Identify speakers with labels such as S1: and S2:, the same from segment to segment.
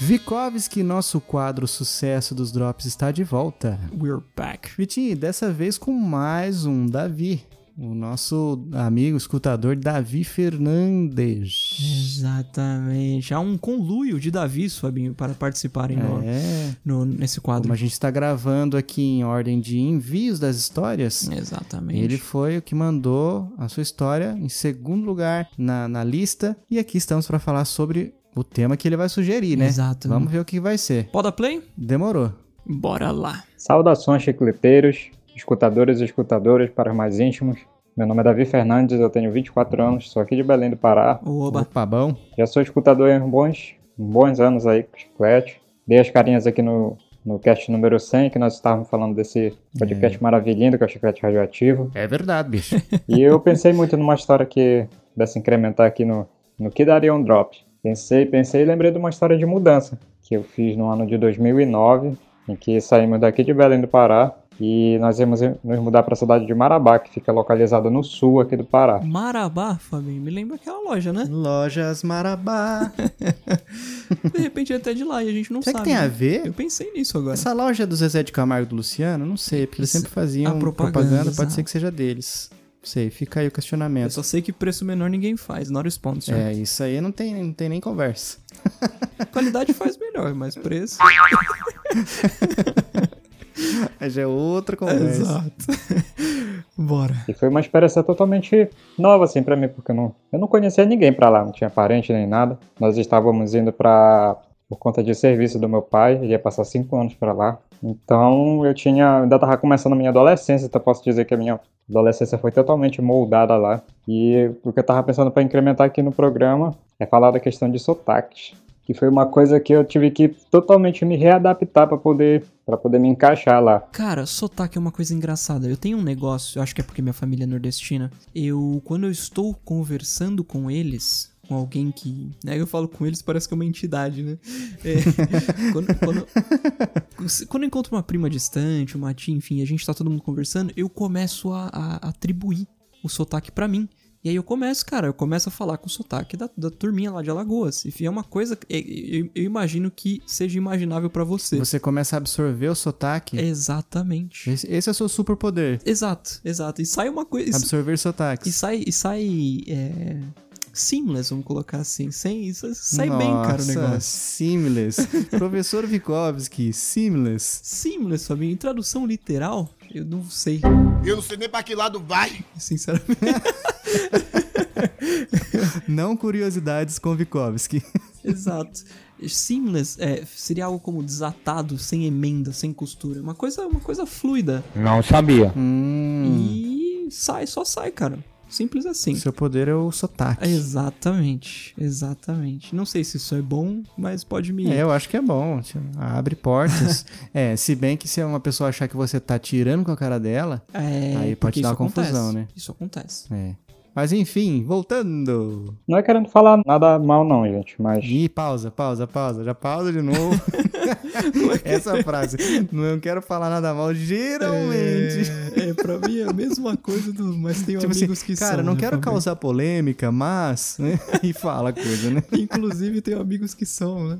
S1: Vikovski, nosso quadro Sucesso dos Drops está de volta.
S2: We're back.
S1: Vitinho, dessa vez com mais um Davi. O nosso amigo, escutador Davi Fernandes.
S2: Exatamente. Há um conluio de Davis, Fabinho, para participarem no-
S1: É.
S2: no, nesse quadro.
S1: Como a gente está gravando aqui em ordem de envios das histórias,
S2: Exatamente.
S1: ele foi o que mandou a sua história em segundo lugar na, na lista. E aqui estamos para falar sobre o tema que ele vai sugerir, né?
S2: Exato.
S1: Vamos ver o que vai ser.
S2: Pode dar play?
S1: Demorou.
S2: Bora lá.
S3: Saudações, chicleteiros, escutadores e escutadoras para os mais íntimos. Meu nome é Davi Fernandes, eu tenho 24 anos, sou aqui de Belém do Pará.
S2: Oba.
S1: Opa, bom.
S3: Já sou escutador há uns bons, uns bons anos aí com o chiclete. Dei as carinhas aqui no, no cast número 100, que nós estávamos falando desse podcast maravilhinho que é o Chiclete Radioativo.
S1: É verdade, bicho.
S3: E eu pensei muito numa história que desse incrementar aqui no, no que daria um drop. Pensei, pensei e lembrei de uma história de mudança que eu fiz no ano de 2009, em que saímos daqui de Belém do Pará e nós íamos nos mudar para a cidade de Marabá, que fica localizada no sul aqui do Pará.
S2: Marabá, Fabinho. Me lembra aquela loja, né?
S1: Lojas Marabá.
S2: De repente é até de lá e a gente não
S1: Será que
S2: sabe.
S1: tem a
S2: né?
S1: ver?
S2: Eu pensei nisso agora.
S1: Essa loja do Zezé de Camargo e do Luciano? Não sei, porque eles
S2: Isso,
S1: sempre faziam
S2: a
S1: propaganda,
S2: propaganda,
S1: pode
S2: exato.
S1: ser que seja deles. Não sei, fica aí o
S2: Eu
S1: questionamento.
S2: só sei que preço menor ninguém faz, not sponsor.
S1: É, isso aí não tem, não tem nem conversa.
S2: Qualidade faz melhor, mas preço.
S1: Aí já é outra conversa.
S2: Bora.
S3: E foi uma experiência totalmente nova assim para mim, porque eu não, eu não conhecia ninguém para lá, não tinha parente nem nada. Nós estávamos indo para por conta de serviço do meu pai, ele ia passar cinco anos para lá. Então eu tinha, ainda estava começando a minha adolescência, então posso dizer que a minha adolescência foi totalmente moldada lá. E o que eu estava pensando para incrementar aqui no programa é falar da questão de sotaques, que foi uma coisa que eu tive que totalmente me readaptar para poder para poder me encaixar lá.
S2: Cara, sotaque é uma coisa engraçada. Eu tenho um negócio, eu acho que é porque minha família é nordestina. Eu, quando eu estou conversando com eles, com alguém que. Né, eu falo com eles, parece que é uma entidade, né? É, quando, quando- quando eu encontro uma prima distante, uma tia, enfim, a gente tá todo mundo conversando, eu começo a, a atribuir o sotaque pra mim. E aí eu começo, cara, eu começo a falar com o sotaque da, da turminha lá de Alagoas. Enfim, é uma coisa. que- é- Eu, eu imagino que seja imaginável pra você.
S1: Você começa a absorver o
S2: É.
S1: sotaque.
S2: Exatamente.
S1: Esse, esse é o seu superpoder.
S2: Exato, exato. E sai uma coisa. isso-
S1: Absorver sotaques.
S2: E sai. E sai é, seamless, vamos colocar assim. Sem, isso- sai bem, cara, o
S1: Nossa,
S2: negócio.
S1: Seamless. Professor Vikovski, seamless.
S2: Seamless, Fabinho. Em tradução literal, eu não sei,
S4: Eu não sei nem pra que lado vai.
S2: sinceramente.
S1: Não curiosidades com Vikovski.
S2: exato. Seamless é, seria algo como desatado, sem emenda, sem costura. Uma coisa, uma coisa fluida.
S4: Não sabia.
S1: Hum,
S2: E sai, só sai, cara. Simples assim.
S1: seu poder é o sotaque.
S2: Exatamente, exatamente. Não sei se isso é bom, mas pode me.
S1: É, eu acho que é bom. tipo, Abre portas. é, se bem que se uma pessoa achar que você tá tirando com a cara dela.
S2: É,
S1: Aí pode
S2: porque
S1: dar
S2: isso
S1: confusão,
S2: acontece.
S1: né?
S2: Isso acontece.
S1: É. Mas enfim, voltando.
S3: Não é querendo falar nada mal não, gente, mas
S1: Ih, pausa, pausa, pausa. Já pausa de novo. É.
S2: é
S1: Essa frase. Não quero falar nada mal, geralmente.
S2: É, é, pra mim é a mesma coisa, do, mas tem
S1: Tipo assim,
S2: amigos que são.
S1: cara, não
S2: né,
S1: quero
S2: Fabinho?
S1: causar polêmica, mas. né? e fala a coisa, né?
S2: Inclusive, tenho amigos que são, né?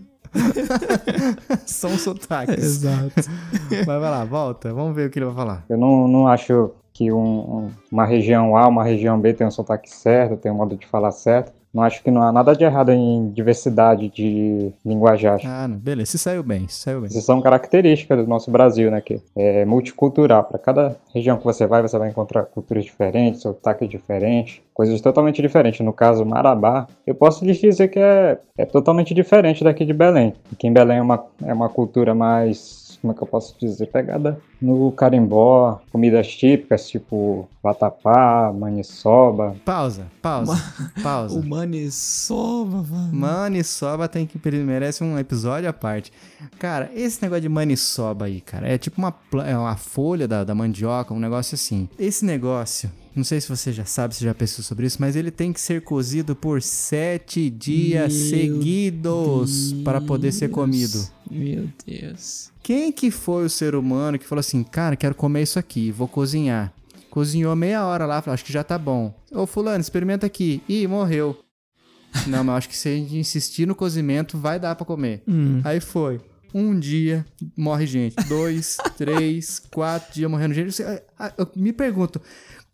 S1: São sotaques.
S2: É, Exato.
S1: Mas vai lá, volta. Vamos ver o que ele vai falar.
S3: Eu não, não acho que um- um- uma região A, uma região B tem um sotaque certo, tem um modo de falar certo. Não acho que não há nada de errado em diversidade de linguajar.
S1: Ah, não. beleza. Se saiu bem, se saiu bem.
S3: Essas são características do nosso Brasil, né? Que é multicultural. Para cada região que você vai, você vai encontrar culturas diferentes, sotaques diferentes, coisas totalmente diferentes. No caso, Marabá, eu posso lhes dizer que é, é totalmente diferente daqui de Belém. Aqui em Belém é uma, é uma cultura mais. Como é que eu posso dizer? Pegada no carimbó, comidas típicas tipo vatapá, maniçoba.
S1: Pausa, pausa, pausa.
S2: O Maniçoba, mano.
S1: Maniçoba tem que merece um episódio à parte. Cara, esse negócio de maniçoba aí, cara, é tipo uma, pla- é uma folha da, da mandioca, um negócio assim. Esse negócio, não sei se você já sabe, se já pensou sobre isso, mas ele tem que ser cozido por sete dias
S2: Meu
S1: seguidos para poder ser
S2: Deus.
S1: comido.
S2: Meu Deus.
S1: Quem que foi o ser humano que falou assim, cara, quero comer isso aqui, vou cozinhar. Cozinhou meia hora lá, falou, acho que já tá bom. Ô fulano, experimenta aqui. Ih, morreu. Não, mas eu acho que se a gente insistir no cozimento, vai dar pra comer.
S2: Hum.
S1: Aí foi. Um dia morre gente. Dois, três, quatro dias morrendo gente. Você- ah, Eu me pergunto,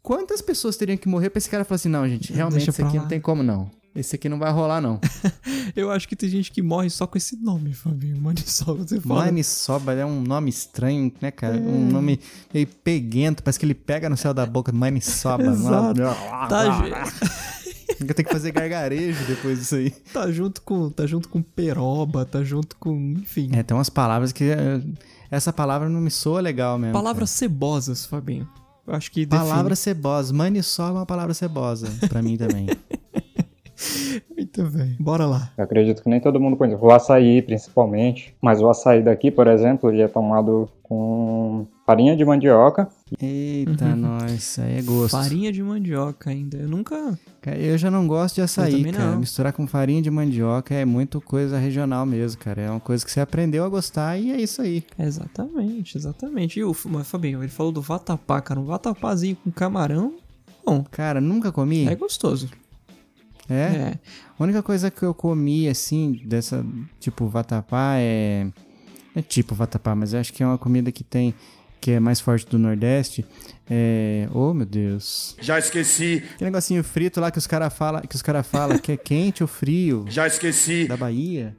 S1: quantas pessoas teriam que morrer pra esse cara falar assim: não, gente, realmente
S2: Deixa
S1: isso aqui
S2: pra lá."
S1: não tem como não. Esse aqui não vai rolar, não.
S2: Eu acho que tem gente que morre só com esse nome, Fabinho. Maniçoba, você fala.
S1: Maniçoba é um nome estranho, né, cara? Um nome meio peguento, parece que ele pega no céu da boca. Maniçoba.
S2: Exato. Tá,
S1: Eu tenho que fazer gargarejo depois disso aí.
S2: ju- tá junto com, tá junto com peroba, tá junto com, enfim.
S1: É, tem umas palavras que. eh, Essa palavra não me soa legal mesmo.
S2: Palavras cebosas, Fabinho. Eu acho que
S1: cara.
S2: define.
S1: Palavra cebosa. Maniçoba é uma palavra cebosa pra mim também.
S2: Muito bem. Bora lá.
S3: Eu acredito que nem todo mundo conhece. O açaí, principalmente. Mas o açaí daqui, por exemplo, ele é tomado com farinha de mandioca.
S1: Eita, nós, aí é gosto.
S2: Farinha de mandioca ainda. Eu nunca.
S1: Cara, Eu já não gosto de
S2: Eu
S1: açaí,
S2: também
S1: cara.
S2: não.
S1: Misturar com farinha de mandioca é muito coisa regional mesmo, cara. É uma coisa que você aprendeu a gostar e é isso aí.
S2: Exatamente, exatamente. E o F- mas, Fabinho, ele falou do vatapá, cara. Um vatapazinho com camarão. Bom,
S1: Cara, nunca comi?
S2: é gostoso.
S1: é?
S2: É.
S1: A única coisa que eu comi, assim, dessa, tipo, vatapá é... É tipo vatapá, mas eu acho que é uma comida que tem... Que é mais forte do Nordeste. É... Oh, meu Deus.
S4: Já esqueci,
S1: Aquele negocinho frito lá que os caras falam... Que os caras falam que é quente ou frio.
S4: já esqueci.
S1: Da Bahia.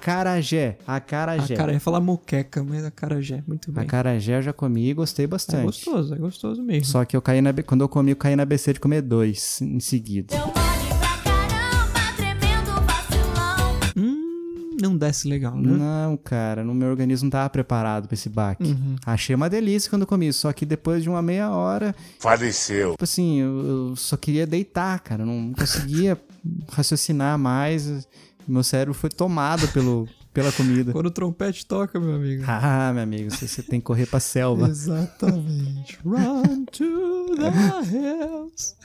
S1: Acarajé. Acarajé.
S2: A cara ia falar moqueca, mas é a cara já é muito bem.
S1: Acarajé eu já comi e gostei
S2: É
S1: bastante.
S2: gostoso, é gostoso mesmo.
S1: Só que eu caí na... be- Quando eu comi, eu caí na BC de comer dois em seguida.
S5: Seu mole pra caramba, tremendo é vacilão.
S2: Hum, não desce legal, né?
S1: Não, cara, no meu organismo não tava preparado pra esse baque. Achei uma delícia quando eu comi, só que depois de uma meia hora,
S4: Faleceu.
S1: tipo assim, eu, eu só queria deitar, cara, eu não conseguia raciocinar mais. Meu cérebro foi tomado pelo, pela comida.
S2: Quando o trompete toca, meu amigo.
S1: Ah, meu amigo, você, você tem que correr pra selva.
S2: Exatamente. Run to the hills.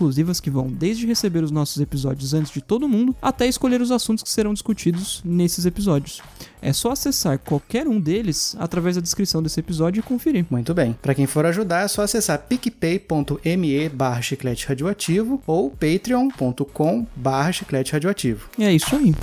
S2: exclusivas que vão desde receber os nossos episódios antes de todo mundo, até escolher os assuntos que serão discutidos nesses episódios. É só acessar qualquer um deles através da descrição desse episódio e conferir.
S1: Muito bem. Pra quem for ajudar, é só acessar picpay.me barra chiclete radioativo ou patreon.com barra chiclete radioativo.
S2: E é isso aí.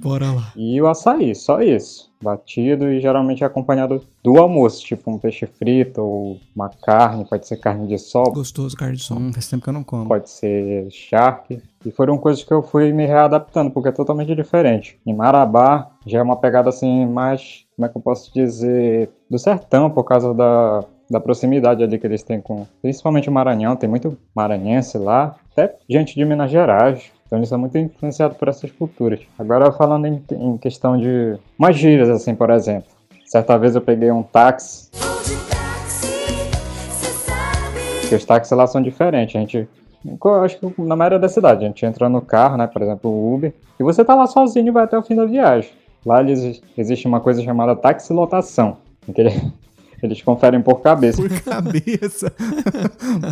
S2: Bora lá.
S3: E o açaí, só isso. Batido e geralmente acompanhado do almoço, tipo um peixe frito ou uma carne, pode ser carne de sol,
S2: Gostoso, carne de sol.
S1: Hum, faz tempo que eu não como.
S3: pode ser charque. E foram coisas que eu fui me readaptando, porque é totalmente diferente. Em Marabá já é uma pegada assim mais, como é que eu posso dizer, do sertão, por causa da, da proximidade ali que eles têm com. Principalmente o Maranhão, tem muito maranhense lá, até gente de Minas Gerais. Então eles são muito influenciados por essas culturas. Agora falando em, em questão de umas gírias, assim, por exemplo. Certa vez eu peguei um táxi
S5: Vou de táxi, cê sabe.
S3: porque os táxis lá são diferentes. A gente, eu acho que na maioria da cidade, a gente entra no carro, né? Por exemplo, o Uber, e você tá lá sozinho e vai até o fim da viagem. Lá eles, existe uma coisa chamada taxilotação, em que ele- eles conferem por cabeça.
S1: Por cabeça.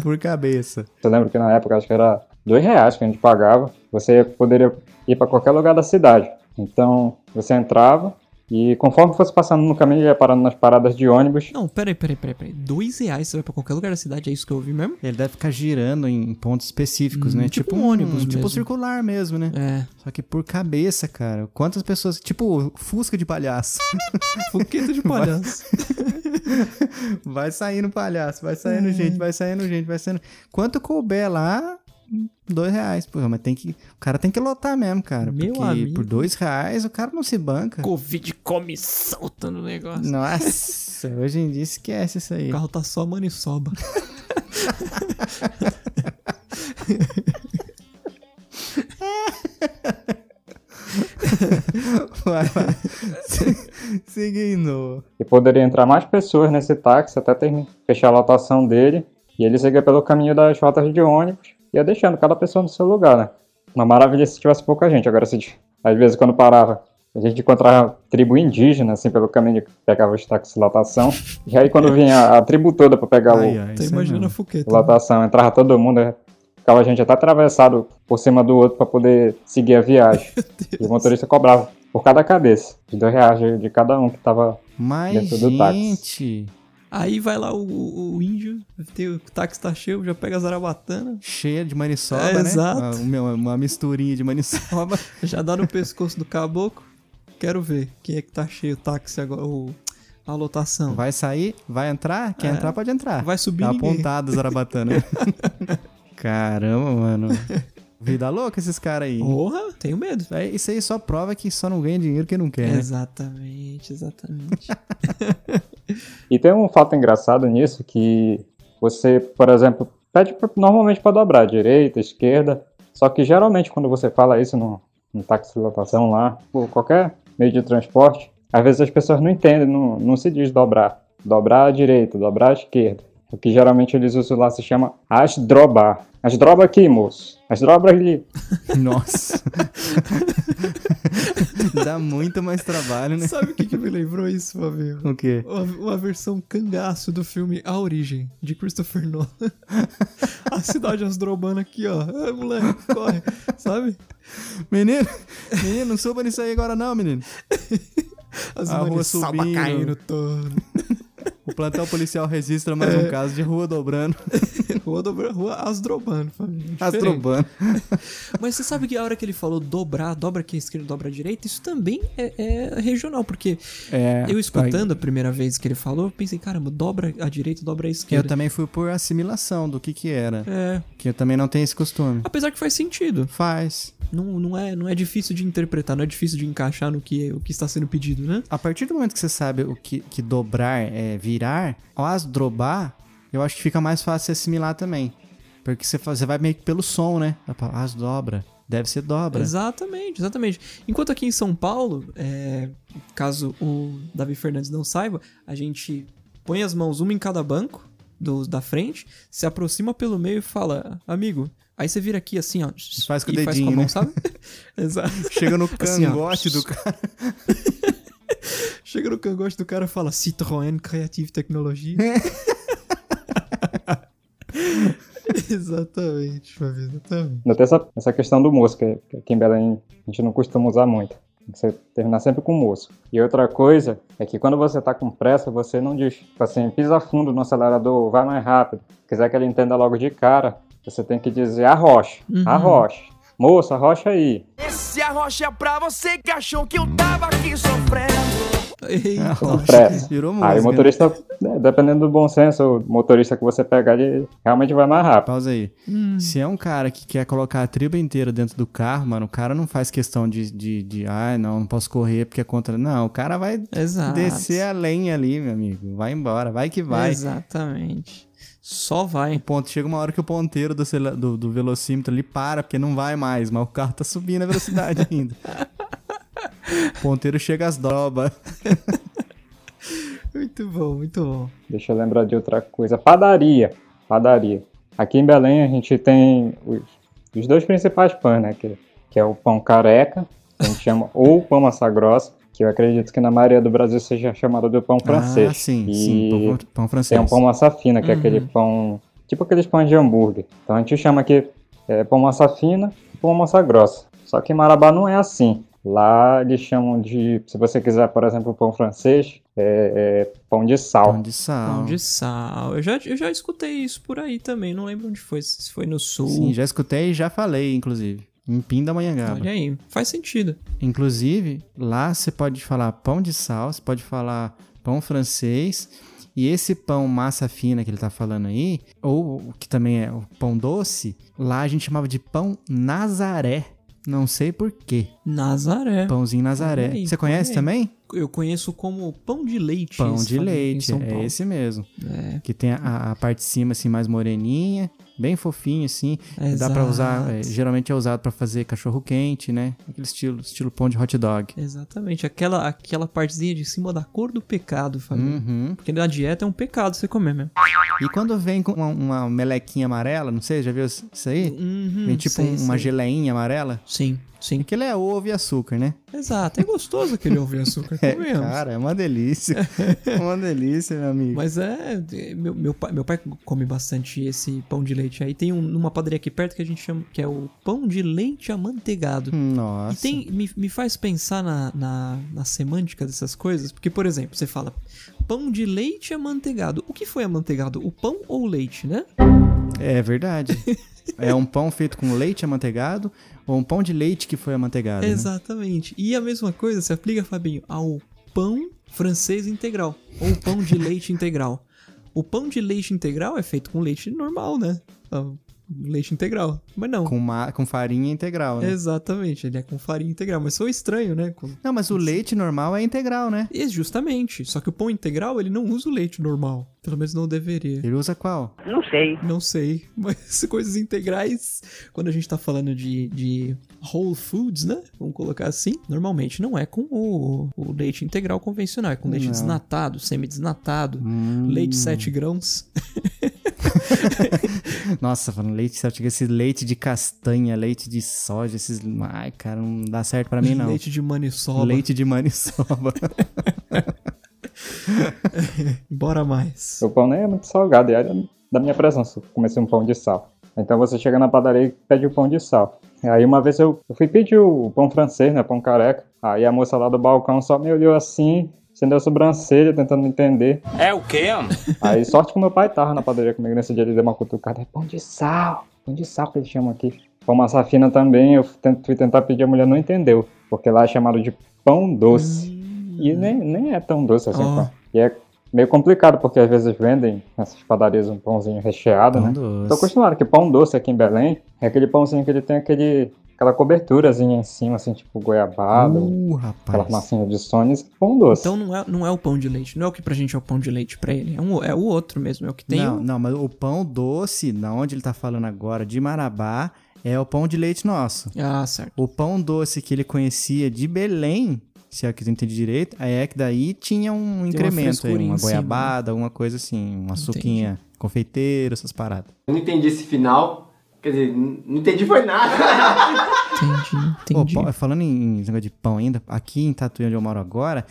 S1: Por cabeça.
S3: Eu lembro que na época acho que era dois reais que a gente pagava. Você poderia ir para qualquer lugar da cidade. Então você entrava e conforme fosse passando no caminho, ia parando nas paradas de ônibus.
S2: Não, peraí, peraí, peraí, peraí. Dois reais você vai pra qualquer lugar da cidade, é isso que eu ouvi mesmo?
S1: Ele deve ficar girando em pontos específicos,
S2: Hum,
S1: né?
S2: tipo um ônibus
S1: Tipo
S2: mesmo.
S1: circular mesmo, né?
S2: É.
S1: Só que por cabeça, cara. Quantas pessoas... Tipo, fusca de palhaço.
S2: Foqueta de palhaço.
S1: Vai saindo palhaço, vai
S2: É.
S1: saindo gente, vai saindo gente, vai saindo. Quanto couber lá, dois reais. Pô, mas tem que. O cara tem que lotar mesmo, cara.
S2: Meu
S1: porque
S2: amigo.
S1: por dois reais o cara não se banca.
S2: Covid come solta no negócio.
S1: Nossa, hoje em dia esquece isso aí.
S2: O carro tá só maniçoba.
S1: Vai, vai. Se ignorou.
S3: E poderia entrar mais pessoas nesse táxi até termi- fechar a lotação dele. E ele seguia pelo caminho das rotas de ônibus. Ia deixando cada pessoa no seu lugar, né? Uma maravilha se tivesse pouca gente. Agora, se, t- às vezes, quando parava, a gente encontrava tribo indígena, assim, pelo caminho que pegava os táxis de lotação. E aí, quando vinha a, a tribo toda pra pegar o,
S1: Aí, ó,
S2: Tô
S1: isso aí
S2: imaginando a
S1: mesmo.
S2: Fuqueta.
S3: lotação, entrava todo mundo, né? ficava a gente até atravessado por cima do outro para poder seguir a viagem. e o motorista cobrava por cada cabeça, de dois reais de, de cada um que tava.
S1: Mas,
S3: Dentro do táxi.
S1: gente,
S2: Aí vai lá o, o- o índio, tem, o táxi tá cheio, já pega a zarabatana,
S1: cheia de maniçoba,
S2: É,
S1: né?
S2: exato.
S1: Uma, uma- uma misturinha de maniçoba.
S2: já dá no pescoço do caboclo. Quero ver quem é que tá cheio o táxi agora, o, a lotação. Vai,
S1: Vai sair, vai entrar, quer
S2: É.
S1: entrar, pode entrar.
S2: subir
S1: Tá
S2: ninguém.
S1: apontado, Zarabatana. Caramba, mano. Vida louca esses caras aí.
S2: Porra, tenho medo.
S1: É, Isso aí só prova que só não ganha dinheiro quem não
S2: É,
S1: quer. né?
S2: Exatamente, exatamente.
S3: E tem um fato engraçado nisso que você, por exemplo, pede pra- normalmente para dobrar direita, esquerda, só que geralmente quando você fala isso no, no táxi de lotação lá, ou qualquer meio de transporte, às vezes as pessoas não entendem, não, não se diz dobrar. Dobrar à direita, dobrar à esquerda. O que geralmente eles usam lá se chama asdrobar. Asdroba aqui, moço. Asdroba ali.
S1: É. Nossa. Dá muito mais trabalho, né?
S2: Sabe o que, que me lembrou isso, Fabinho?
S1: O quê?
S2: Uma, uma versão cangaço do filme A Origem, de Christopher Nolan. a cidade asdrobando aqui, ó. É, moleque, corre. Sabe?
S1: Menino, menino, não suba nisso aí agora não, menino.
S2: As
S1: A rua
S2: maniçoba
S1: subindo.
S2: caindo todo.
S1: O plantel policial registra mais um caso de rua dobrando,
S2: Rua, dobra, rua asdrobando, Fabinho. Diferente.
S1: astrobando.
S2: Mas você sabe que a hora que ele falou dobrar, dobra aqui a esquerda, dobra a direita, isso também é, é regional, porque
S1: É,
S2: eu escutando a primeira vez que ele falou, eu pensei, caramba, dobra a direita, dobra a
S1: Eu
S2: esquerda.
S1: também fui por assimilação do que que era,
S2: É,
S1: que eu também não tenho esse costume.
S2: apesar que faz sentido.
S1: Faz.
S2: Não, não, é, não é difícil de interpretar, não é difícil de encaixar no que, o que está sendo pedido, né?
S1: A partir do momento que você sabe o que, que dobrar é virar, ao asdrobar, eu acho que fica mais fácil você assimilar também. Porque você, fa- você vai meio que pelo som, né? Vai pra- As dobra. Deve ser dobra.
S2: Exatamente, exatamente. Enquanto aqui em São Paulo, é, caso o Davi Fernandes não saiba, a gente põe as mãos uma em cada banco do, da frente, se aproxima pelo meio e fala, amigo. Aí você vira aqui assim, ó.
S1: Faz com o
S2: e
S1: dedinho,
S2: a mão,
S1: né?
S2: sabe? Exato.
S1: Chega no
S2: Assim, ó.
S1: cangote do cara.
S2: Chega no cangote do cara e fala Citroën Creative Technology. exatamente, Fabio, exatamente.
S3: Ainda tem essa, essa questão do moço, que que aqui em Belém a gente não costuma usar muito. Tem que ser- terminar sempre com moço. E outra coisa é que quando você tá com pressa, você não diz, tipo assim, pisa fundo no acelerador, vai mais rápido. Quiser que ele entenda logo de cara, você tem que dizer arrocha,
S2: Uhum.
S3: arrocha. Moço, arrocha aí.
S6: Esse arrocha é pra você que achou que eu tava aqui sofrendo.
S2: Eita.
S3: Pressa.
S1: Virou música.
S3: Aí o motorista, né, dependendo do bom senso, o motorista que você pegar, ele realmente vai mais rápido.
S1: Pausa aí.
S2: Hum.
S1: Se é um cara que quer colocar a tribo inteira dentro do carro, mano, o cara não faz questão de, de, de ai, não, não posso correr porque é contra. Não, o cara vai
S2: Exato.
S1: descer a lenha ali, meu amigo. Vai embora, vai que vai.
S2: Exatamente. Só vai.
S1: Ponto, chega uma hora que o ponteiro do, cela- do, do velocímetro ali para, porque não vai mais, mas o carro tá subindo a velocidade ainda. O ponteiro chega às dobras.
S2: Muito bom, muito bom.
S3: Deixa eu lembrar de outra coisa. Padaria. Padaria. Aqui em Belém a gente tem os, os dois principais pães, né? Que, que é o pão careca, que a gente chama, ou pão massa grossa, que eu acredito que na maioria do Brasil seja chamado de pão francês.
S1: Ah, sim,
S3: e
S1: sim, pão, pão francês.
S3: Tem um pão massa fina, que é
S2: Uhum.
S3: aquele pão. Tipo aqueles pães de hambúrguer. Então a gente chama aqui é, pão massa fina e pão massa grossa. Só que em Marabá não é assim. Lá eles chamam de, se você quiser, por exemplo, pão francês, é, é pão de sal.
S1: Pão de sal.
S2: Pão de sal. Eu já, eu já escutei isso por aí também. Não lembro onde foi. Se foi no sul.
S1: Sim, já escutei e já falei, inclusive. Em Pindamonhangaba.
S2: Olha aí. Faz sentido.
S1: Inclusive, lá você pode falar pão de sal, você pode falar pão francês. E esse pão massa fina que ele tá falando aí, ou o que também é o pão doce, lá a gente chamava de pão Nazaré. Não sei por quê.
S2: Nazaré.
S1: Pãozinho Nazaré.
S2: Olha aí,
S1: Você conhece
S2: olha
S1: também?
S2: Eu conheço como pão de leite.
S1: Pão
S2: esse
S1: de
S2: famoso em
S1: leite,
S2: São Paulo.
S1: é esse mesmo.
S2: É.
S1: Que tem a, a parte de cima assim mais moreninha Bem fofinho, assim. Dá
S2: Exato.
S1: pra usar. é, geralmente é usado pra fazer cachorro quente, né? Aquele estilo, estilo pão de hot dog.
S2: Exatamente, aquela, aquela partezinha de cima da cor do pecado, família.
S1: Uhum.
S2: Porque na dieta é um pecado você comer mesmo.
S1: E quando vem com uma, uma melequinha amarela, não sei, já viu isso aí?
S2: Uhum,
S1: vem tipo
S2: sei,
S1: um- uma
S2: sei.
S1: geleinha amarela.
S2: Sim, sim.
S1: Aquilo é ovo e açúcar, né?
S2: Exato, é gostoso aquele ovo e açúcar,
S1: É,
S2: comemos.
S1: cara, é uma delícia. É uma delícia, meu amigo.
S2: Mas é. é, Meu, meu, pai, meu pai come bastante esse pão de leite aí. Tem um, uma padaria aqui perto que a gente chama. que é o pão de leite amanteigado. E
S1: Nossa.
S2: tem, me, me faz pensar na, na, na semântica dessas coisas, porque, por exemplo, você fala pão de leite amanteigado. O que foi amanteigado? O pão ou o leite, né?
S1: É verdade. é um pão feito com leite amanteigado ou um pão de leite que foi amanteigado. né?
S2: Exatamente. E a mesma coisa se aplica, Fabinho, ao pão francês integral, ou pão de leite integral. O pão de leite integral é feito com leite normal, né? Ah, Leite integral. Mas não.
S1: Com, ma- com farinha integral, né?
S2: Exatamente, ele é com farinha integral, mas foi estranho, né? Com-
S1: Não, mas o leite normal é integral, né?
S2: E justamente, só que o pão integral ele não usa o leite normal. Pelo menos não deveria.
S1: Ele usa qual?
S2: Não sei, mas coisas integrais, quando a gente tá falando de, de whole foods, né? Vamos colocar assim, normalmente não é com o, o leite integral convencional, é com leite
S1: Não.
S2: desnatado, semi-desnatado,
S1: Hum.
S2: leite 7 grãos.
S1: Nossa, falando leite, sabe, esse leite de castanha, leite de soja, esses. Ai, cara, não dá certo pra mim, não.
S2: Leite de maniçoba.
S1: Leite de maniçoba.
S3: Tá
S2: Bora mais.
S3: O pão nem é muito salgado, e era da minha presença. Eu comecei um pão de sal. Então você chega na padaria e pede o pão de sal. Aí uma vez eu, eu fui pedir o pão francês, né? Pão careca. Aí a moça lá do balcão só me olhou assim, acendeu a sobrancelha, tentando entender.
S6: É o quê, mano?
S3: Aí sorte que meu pai tava na padaria comigo nesse dia, ele deu uma cutucada. É pão de sal, pão de sal que eles chamam aqui. Pão massafina também, eu tent- fui tentar pedir, a mulher não entendeu. Porque lá é chamado de pão doce. E nem, nem é tão doce assim,
S2: Ó.
S1: Ah.
S3: pão. E é meio complicado, porque às vezes vendem nessas padarias um pãozinho recheado, né?
S1: Pão
S3: Tô
S1: doce.
S3: acostumado que pão doce aqui em Belém é aquele pãozinho que ele tem aquele, aquela coberturazinha em cima, assim, tipo goiabada, ou
S1: Uh,
S3: aquela
S1: rapaz.
S3: massinha de sones, pão doce.
S2: Então não é, não é o pão de leite, não é o que pra gente é o pão de leite pra ele, é, um, é o outro mesmo, é o que tem.
S1: um- Não,
S2: o-
S1: não, mas o pão doce, na onde ele tá falando agora, de Marabá, é o pão de leite nosso.
S2: Ah, certo.
S1: O pão doce que ele conhecia de Belém, se é que eu entendi direito, aí é que daí tinha um incremento aí, uma
S2: frescura em cima, né?
S1: goiabada, alguma coisa assim, uma suquinha confeiteira, essas paradas.
S7: Eu não entendi esse final. Quer dizer, n- não entendi foi nada.
S2: Entendi,
S1: Pô,
S2: entendi.
S1: pão- falando em, em negócio de pão ainda, aqui em Tatuí, onde eu moro agora,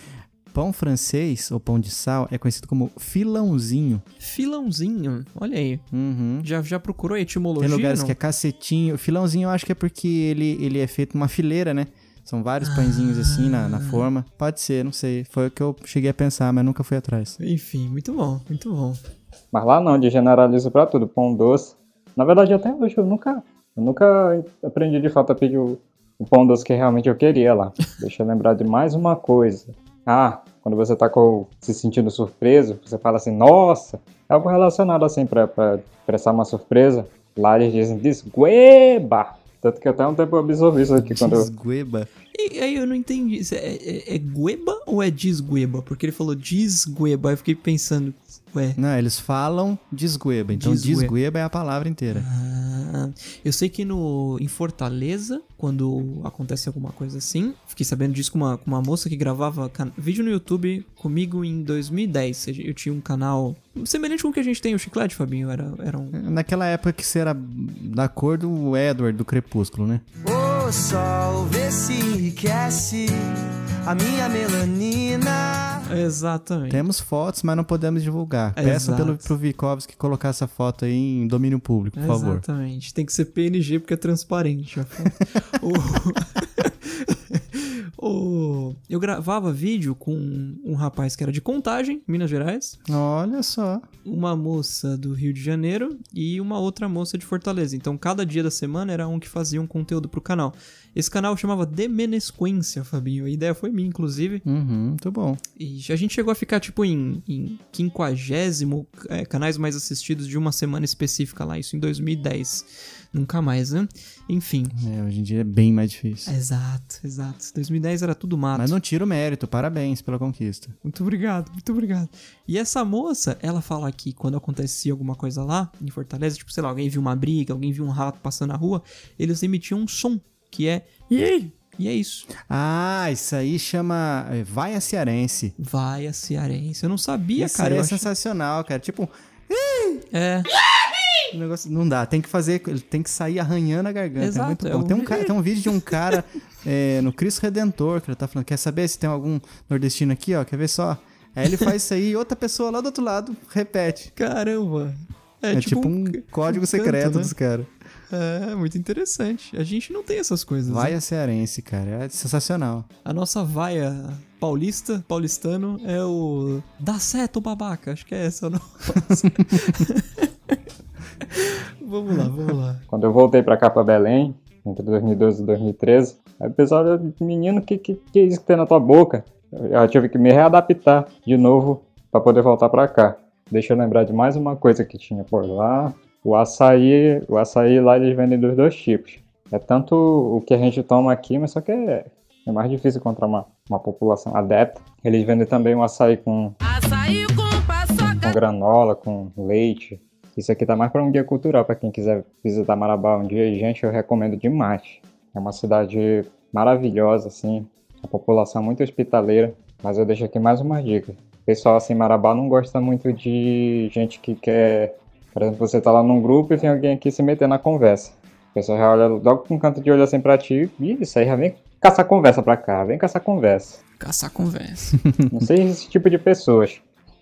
S1: pão francês ou pão de sal é conhecido como filãozinho.
S2: Filãozinho, olha aí.
S1: Uhum.
S2: Já, já procurou a etimologia?
S1: Tem lugares
S2: não?
S1: que é cacetinho. Filãozinho eu acho que é porque ele, ele é feito uma fileira, né? São vários
S2: Ah.
S1: pãezinhos assim na, na forma. Pode ser, não sei. Foi o que eu cheguei a pensar, mas nunca fui atrás.
S2: Enfim, muito bom, muito bom.
S3: Mas lá não, de generaliza pra tudo, pão doce. Na verdade, até hoje eu nunca, eu nunca aprendi de fato a pedir o, o pão doce que realmente eu queria lá. Deixa eu lembrar de mais uma coisa. Ah, quando você tá com, se sentindo surpreso, você fala assim, nossa, é algo relacionado assim pra, pra expressar uma surpresa. Lá eles dizem desgueba! Tanto que até um tempo eu absorvi isso aqui quando eu
S1: Desgueba.
S2: E aí eu não entendi, isso é, é, é gueba ou é desgueba? Porque ele falou desgueba, aí eu fiquei pensando, ué...
S1: Não, eles falam desgueba. Então
S2: Desgue-
S1: desgueba é a palavra inteira.
S2: ah, eu sei que no, em Fortaleza, quando acontece alguma coisa assim, fiquei sabendo disso com uma, com uma moça que gravava can- vídeo no YouTube comigo em 2010. Eu tinha um canal semelhante com o que a gente tem, o Chiclete, Fabinho, era, era um
S1: Naquela época que você era da cor do Edward, do Crepúsculo, né?
S6: O sol vê se enriquece a minha melanina.
S2: Exatamente.
S1: Temos fotos, mas não podemos divulgar. Peça
S2: Exato.
S1: pelo, pro Vikovski colocar essa foto aí em domínio público, por favor.
S2: Exatamente. Tem que ser PNG porque é transparente. já falo. o... o- Eu gravava vídeo com um rapaz que era de Contagem, Minas Gerais,
S1: Olha só.
S2: uma moça do Rio de Janeiro e uma outra moça de Fortaleza. Então, cada dia da semana era um que fazia um conteúdo pro canal. Esse canal chamava Demenesquência, Fabinho. A ideia foi minha, inclusive.
S1: Uhum, muito bom.
S2: E a gente chegou a ficar, tipo, em, em 50 é, canais mais assistidos de uma semana específica lá, isso em 2010. Nunca mais, né? Enfim.
S1: É, hoje em dia é bem mais difícil.
S2: Exato, exato. 2010 era tudo mato.
S1: Mas não tira o mérito, parabéns pela conquista.
S2: Muito obrigado, muito obrigado. E essa moça, ela fala que quando acontecia alguma coisa lá, em Fortaleza, tipo, sei lá, alguém viu uma briga, alguém viu um rato passando na rua, eles emitiam um som, que é. E aí? E é isso.
S1: Ah, isso aí chama é, Vaia Cearense.
S2: Vai a cearense. Eu não sabia,
S1: Isso
S2: cara.
S1: aí
S2: eu
S1: é
S2: achei-
S1: sensacional, cara. Tipo,
S2: É,
S1: O negócio não dá, tem que fazer, ele tem que sair arranhando a garganta.
S2: Exato,
S1: é muito
S2: é
S1: bom.
S2: um-
S1: Tem, um cara, tem um vídeo de um cara é, no Cristo Redentor que ele tá falando: quer saber se tem algum nordestino aqui, ó? Quer ver só? Aí ele faz isso aí e outra pessoa lá do outro lado repete.
S2: caramba.
S1: É, tipo, um, código
S2: um canto,
S1: secreto
S2: né?
S1: dos caras.
S2: É, muito interessante. A gente não tem essas coisas. né?
S1: Vaia cearense, cara. É sensacional.
S2: A nossa vaia paulista, paulistano, é o. Dá certo, babaca. Acho que é essa a nossa. vamos lá, vamos lá.
S3: Quando eu voltei pra cá, pra Belém, entre 2012 e 2013, aí o pessoal, menino, que, que, que é isso que tem na tua boca? Eu, eu tive que me readaptar de novo pra poder voltar pra cá. Deixa eu lembrar de mais uma coisa que tinha por lá. O açaí, o açaí lá eles vendem dos dois tipos. É tanto o que a gente toma aqui, mas só que é, é mais difícil encontrar uma, uma população adepta. Eles vendem também um açaí com
S5: Açaí com paçoca.
S3: com granola, com leite. Isso aqui tá mais para um guia cultural, para quem quiser visitar Marabá um dia. E, gente, eu recomendo demais. É uma cidade maravilhosa, assim. A população é muito hospitaleira. Mas eu deixo aqui mais uma dica. O pessoal, assim, em Marabá não gosta muito de gente que quer... Por exemplo, você tá lá num grupo e tem alguém aqui se meter na conversa. O pessoal já olha logo com um canto de olho assim pra ti. Ih, isso aí já vem caçar conversa pra cá, vem caçar conversa.
S2: Caçar conversa.
S3: Não seja esse tipo de pessoas.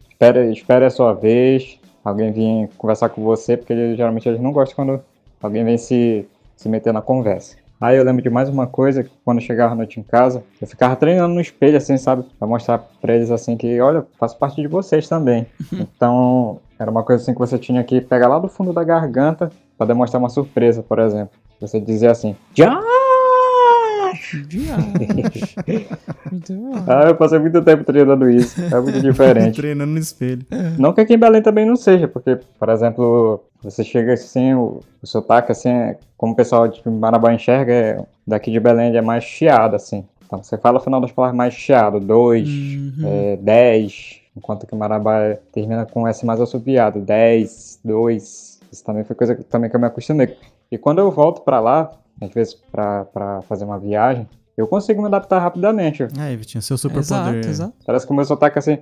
S3: Espere, espere a sua vez, alguém vir conversar com você, porque eles- geralmente eles não gostam quando alguém vem se, se meter na conversa. Aí eu lembro de mais uma coisa, que quando eu chegava à noite em casa, eu ficava treinando no espelho, assim, sabe? Pra mostrar pra eles, assim, que, olha, faço parte de vocês também. Então, era uma coisa, assim, que você tinha que pegar lá do fundo da garganta pra demonstrar uma surpresa, por exemplo. Você dizia assim, John!
S2: Diabo. Muito bom.
S3: Ah, eu passei muito tempo treinando isso. É muito diferente.
S1: Treinando no espelho.
S2: É.
S3: Não que aqui em Belém também não seja, porque, por exemplo, você chega assim, o, o sotaque, assim, é- como o pessoal de Marabá enxerga, é- daqui de Belém ele é mais chiado, assim. Então você fala o final das palavras mais chiado, dois,
S2: Uhum.
S3: é, dez, enquanto que Marabá é- termina com S mais assobiado, dez, dois. Isso também foi coisa que, também que eu me acostumei. E quando eu volto pra lá, às vezes pra, pra fazer uma viagem, eu consigo me adaptar rapidamente.
S1: Aí, Vitinho, seu
S2: Exato,
S1: superpoder.
S2: exato.
S3: Parece que o meu sotaque, assim,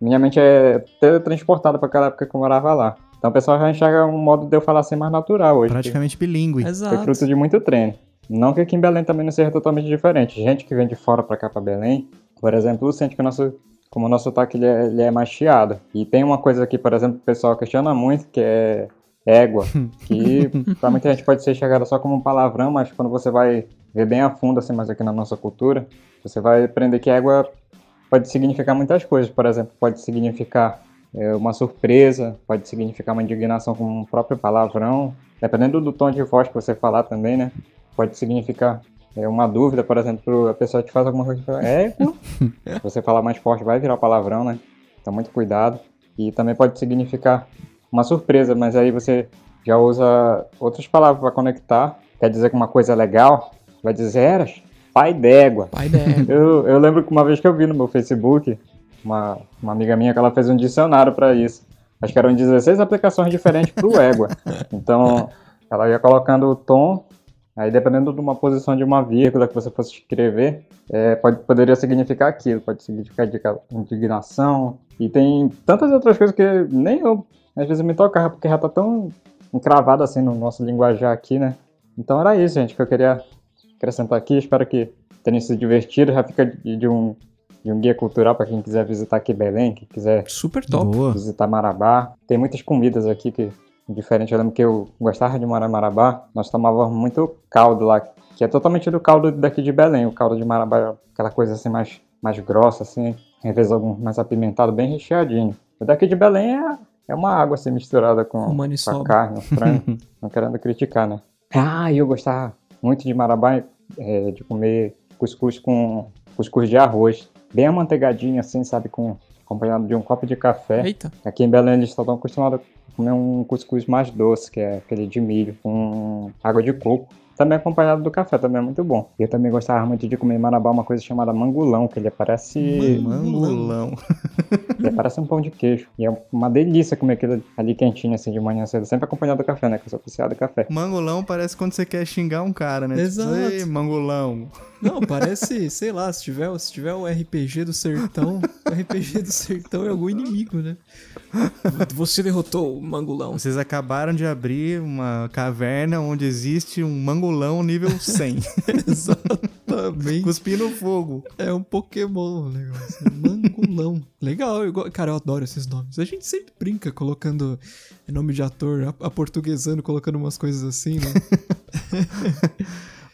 S3: minha mente é teletransportada pra aquela época que eu morava lá. Então o pessoal já enxerga um modo de eu falar assim mais natural hoje. que
S1: Praticamente bilíngue.
S3: Foi
S2: Exato.
S3: fruto de muito treino. Não que aqui em Belém também não seja totalmente diferente. Gente que vem de fora pra cá, pra Belém, por exemplo, sente que o nosso, como o nosso sotaque ele é, ele é mais chiado. E tem uma coisa aqui, por exemplo, que o pessoal questiona muito, que é égua. Que pra muita gente pode ser enxergada só como um palavrão, mas quando você vai ver bem a fundo, assim, mais aqui na nossa cultura, você vai aprender que égua pode significar muitas coisas. Por exemplo, pode significar é, uma surpresa, pode significar uma indignação com um próprio palavrão, dependendo do tom de voz que você falar também, né? Pode significar é, uma dúvida, por exemplo, a pessoa te faz alguma coisa e fala, é, pô." Se você falar mais forte vai virar palavrão, né? Então muito cuidado. E também pode significar uma surpresa, mas aí você já usa outras palavras para conectar. Quer dizer que uma coisa é legal, vai dizer, eras, pai d'égua.
S2: Pai dela.
S3: Eu, eu lembro que uma vez que eu vi no meu Facebook, uma, uma amiga minha que ela fez um dicionário pra isso. Acho que eram 16 aplicações diferentes pro égua. Então, ela ia colocando o tom, aí dependendo de uma posição de uma vírgula que você fosse escrever, é, pode, poderia significar aquilo, pode significar indica- indignação. E tem tantas outras coisas que nem eu, às vezes, me tocava, porque já tá tão encravado assim no nosso linguajar aqui, né? Então era isso, gente, que eu queria acrescentar aqui. Espero que tenham se divertido. Já fica de, de um, de um guia cultural para quem quiser visitar aqui Belém, que quiser
S2: Super top.
S1: Boa.
S3: visitar Marabá. Tem muitas comidas aqui que diferente. Eu lembro que eu gostava de morar em Marabá. Nós tomávamos muito caldo lá, que é totalmente do caldo daqui de Belém. O caldo de Marabá é aquela coisa assim mais, mais grossa, assim, às vezes algum mais apimentado, bem recheadinho. O daqui de Belém é, é uma água assim misturada com,
S2: Um
S3: com
S2: maniçoba.
S3: a carne, um frango. Não querendo criticar, né? Ah, eu gostava muito de Marabá, é, de comer cuscuz com cuscuz de arroz. Bem amanteigadinho assim, sabe? Com, acompanhado de um copo de café.
S2: Eita.
S3: Aqui em Belém eles só estão acostumados comer um cuscuz mais doce, que é aquele de milho, com água de coco. Também acompanhado do café, também é muito bom. E eu também gostava muito de comer em Marabá uma coisa chamada mangulão, que ele parece.
S1: Mangulão.
S3: Ele parece um pão de queijo. E é uma delícia comer aquilo ali quentinho, assim, de manhã cedo. Sempre acompanhado do café, né? Que eu sou viciado em café.
S1: Mangulão parece quando você quer xingar um cara, né? Tipo,
S2: Exato.
S1: Ei, mangulão.
S2: Não, parece, sei lá, se tiver, se tiver o RPG do sertão, o RPG do sertão é algum inimigo, né? Você derrotou o mangulão.
S1: Vocês acabaram de abrir uma caverna onde existe um mangulão nível 100.
S2: Exatamente.
S1: cuspindo fogo.
S2: É um Pokémon o negócio. Mangulão. Legal, eu go- cara, eu adoro esses nomes. A gente sempre brinca colocando nome de ator, a- aportuguesando, colocando umas coisas assim, né?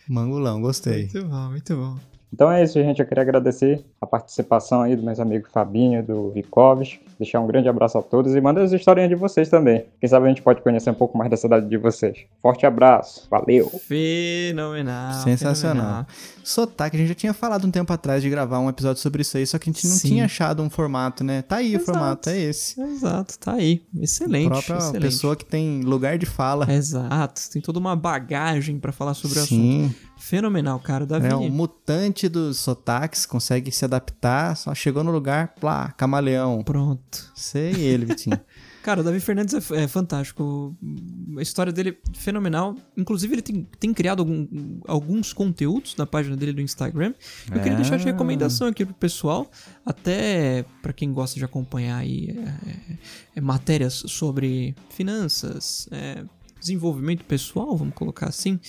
S1: Mangulão, gostei.
S2: Muito bom, muito bom.
S3: Então é isso, gente. Eu queria agradecer a participação aí dos meus amigos Fabinho, do Vikovs. Deixar um grande abraço a todos e mandem as historinhas de vocês também. Quem sabe a gente pode conhecer um pouco mais da cidade de vocês. Forte abraço. Valeu!
S2: Fenomenal.
S1: Sensacional. Sotaque, a gente já tinha falado um tempo atrás de gravar um episódio sobre isso aí, só que a gente não
S2: Sim.
S1: tinha achado um formato, né? Tá aí
S2: Exato.
S1: o formato, é esse.
S2: fenomenal. Exato, tá aí. Excelente.
S1: a própria
S2: excelente. É,
S1: pessoa que tem lugar de fala.
S2: Exato, tem toda uma bagagem pra falar sobre o
S1: Sim,
S2: assunto. Fenomenal, cara. Davi,
S1: é um mutante dos sotaques, consegue se adaptar, só chegou no lugar, plá, camaleão.
S2: pronto.
S1: Sei ele, Vitinho.
S2: Cara, o Davi Fernandes é, f- é fantástico. A história dele é fenomenal. Inclusive, ele tem, tem criado algum- alguns conteúdos na página dele do Instagram. Eu queria
S1: Ah.
S2: deixar de recomendação aqui pro pessoal, até pra quem gosta de acompanhar aí é, é, matérias sobre finanças, é, desenvolvimento pessoal, vamos colocar assim,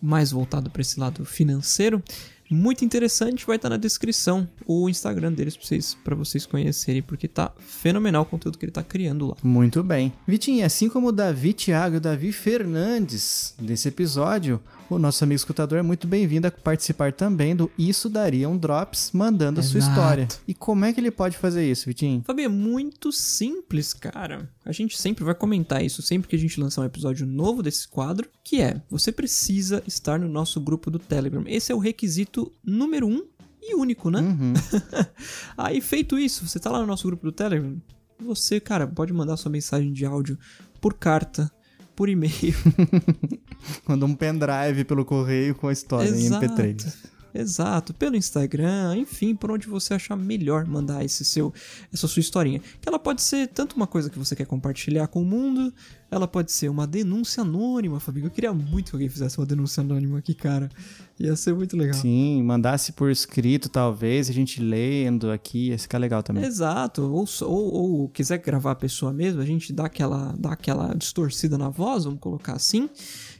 S2: mais voltado pra esse lado financeiro. Muito interessante, vai estar na descrição o Instagram deles pra vocês, pra vocês conhecerem, porque tá fenomenal o conteúdo que ele tá criando lá.
S1: Muito bem. Vitinho, assim como o Davi Thiago e o Davi Fernandes desse episódio, o nosso amigo escutador é muito bem-vindo a participar também do Isso Daria um Drops, mandando a sua
S2: Exato.
S1: história. E como é que ele pode fazer isso, Vitinho?
S2: Fabinho, é muito simples, cara. A gente sempre vai comentar isso sempre que a gente lançar um episódio novo desse quadro, que é você precisa estar no nosso grupo do Telegram. Esse é o requisito número um e único, né?
S1: Uhum.
S2: Aí, feito isso, você tá lá no nosso grupo do Telegram, você, cara, pode mandar sua mensagem de áudio por carta, por e-mail.
S1: Manda um pendrive pelo correio com a história em MP3.
S2: Exato, pelo Instagram, enfim, por onde você achar melhor mandar esse seu, essa sua historinha. Que ela pode ser tanto uma coisa que você quer compartilhar com o mundo, ela pode ser uma denúncia anônima, Fabinho. Eu queria muito que alguém fizesse uma denúncia anônima aqui, cara. Ia ser muito legal.
S1: Sim, mandasse por escrito, talvez, a gente lendo aqui, ia ficar legal também.
S2: Exato, ou, só- ou, ou quiser gravar a pessoa mesmo, a gente dá aquela, dá aquela distorcida na voz, vamos colocar assim,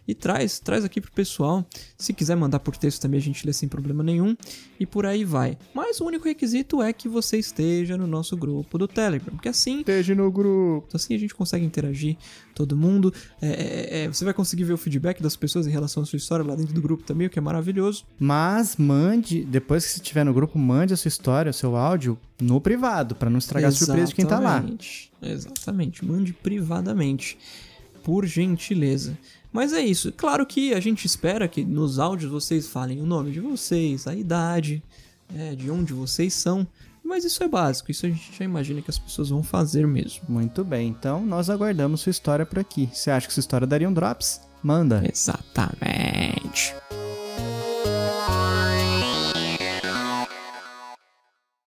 S2: e traz, traz aqui pro pessoal. Se quiser mandar por texto também, a gente lê sem problema nenhum, e por aí vai. Mas o único requisito é que você esteja no nosso grupo do Telegram, porque assim
S1: Esteja no grupo.
S2: Assim a gente consegue interagir, todo mundo. É, é, é, você vai conseguir ver o feedback das pessoas em relação à sua história lá dentro do grupo também, o que é maravilhoso.
S1: Mas mande, depois que você estiver no grupo, mande a sua história, o seu áudio no privado, pra não estragar a surpresa de quem tá lá.
S2: Exatamente, Exatamente. Mande privadamente. Por gentileza. Mas é isso. Claro que a gente espera que nos áudios vocês falem o nome de vocês, a idade, é, de onde vocês são. Mas isso é básico. Isso a gente já imagina que as pessoas vão fazer mesmo.
S1: Muito bem, então nós aguardamos sua história por aqui. Você acha que sua história daria um drops? Manda.
S2: Exatamente.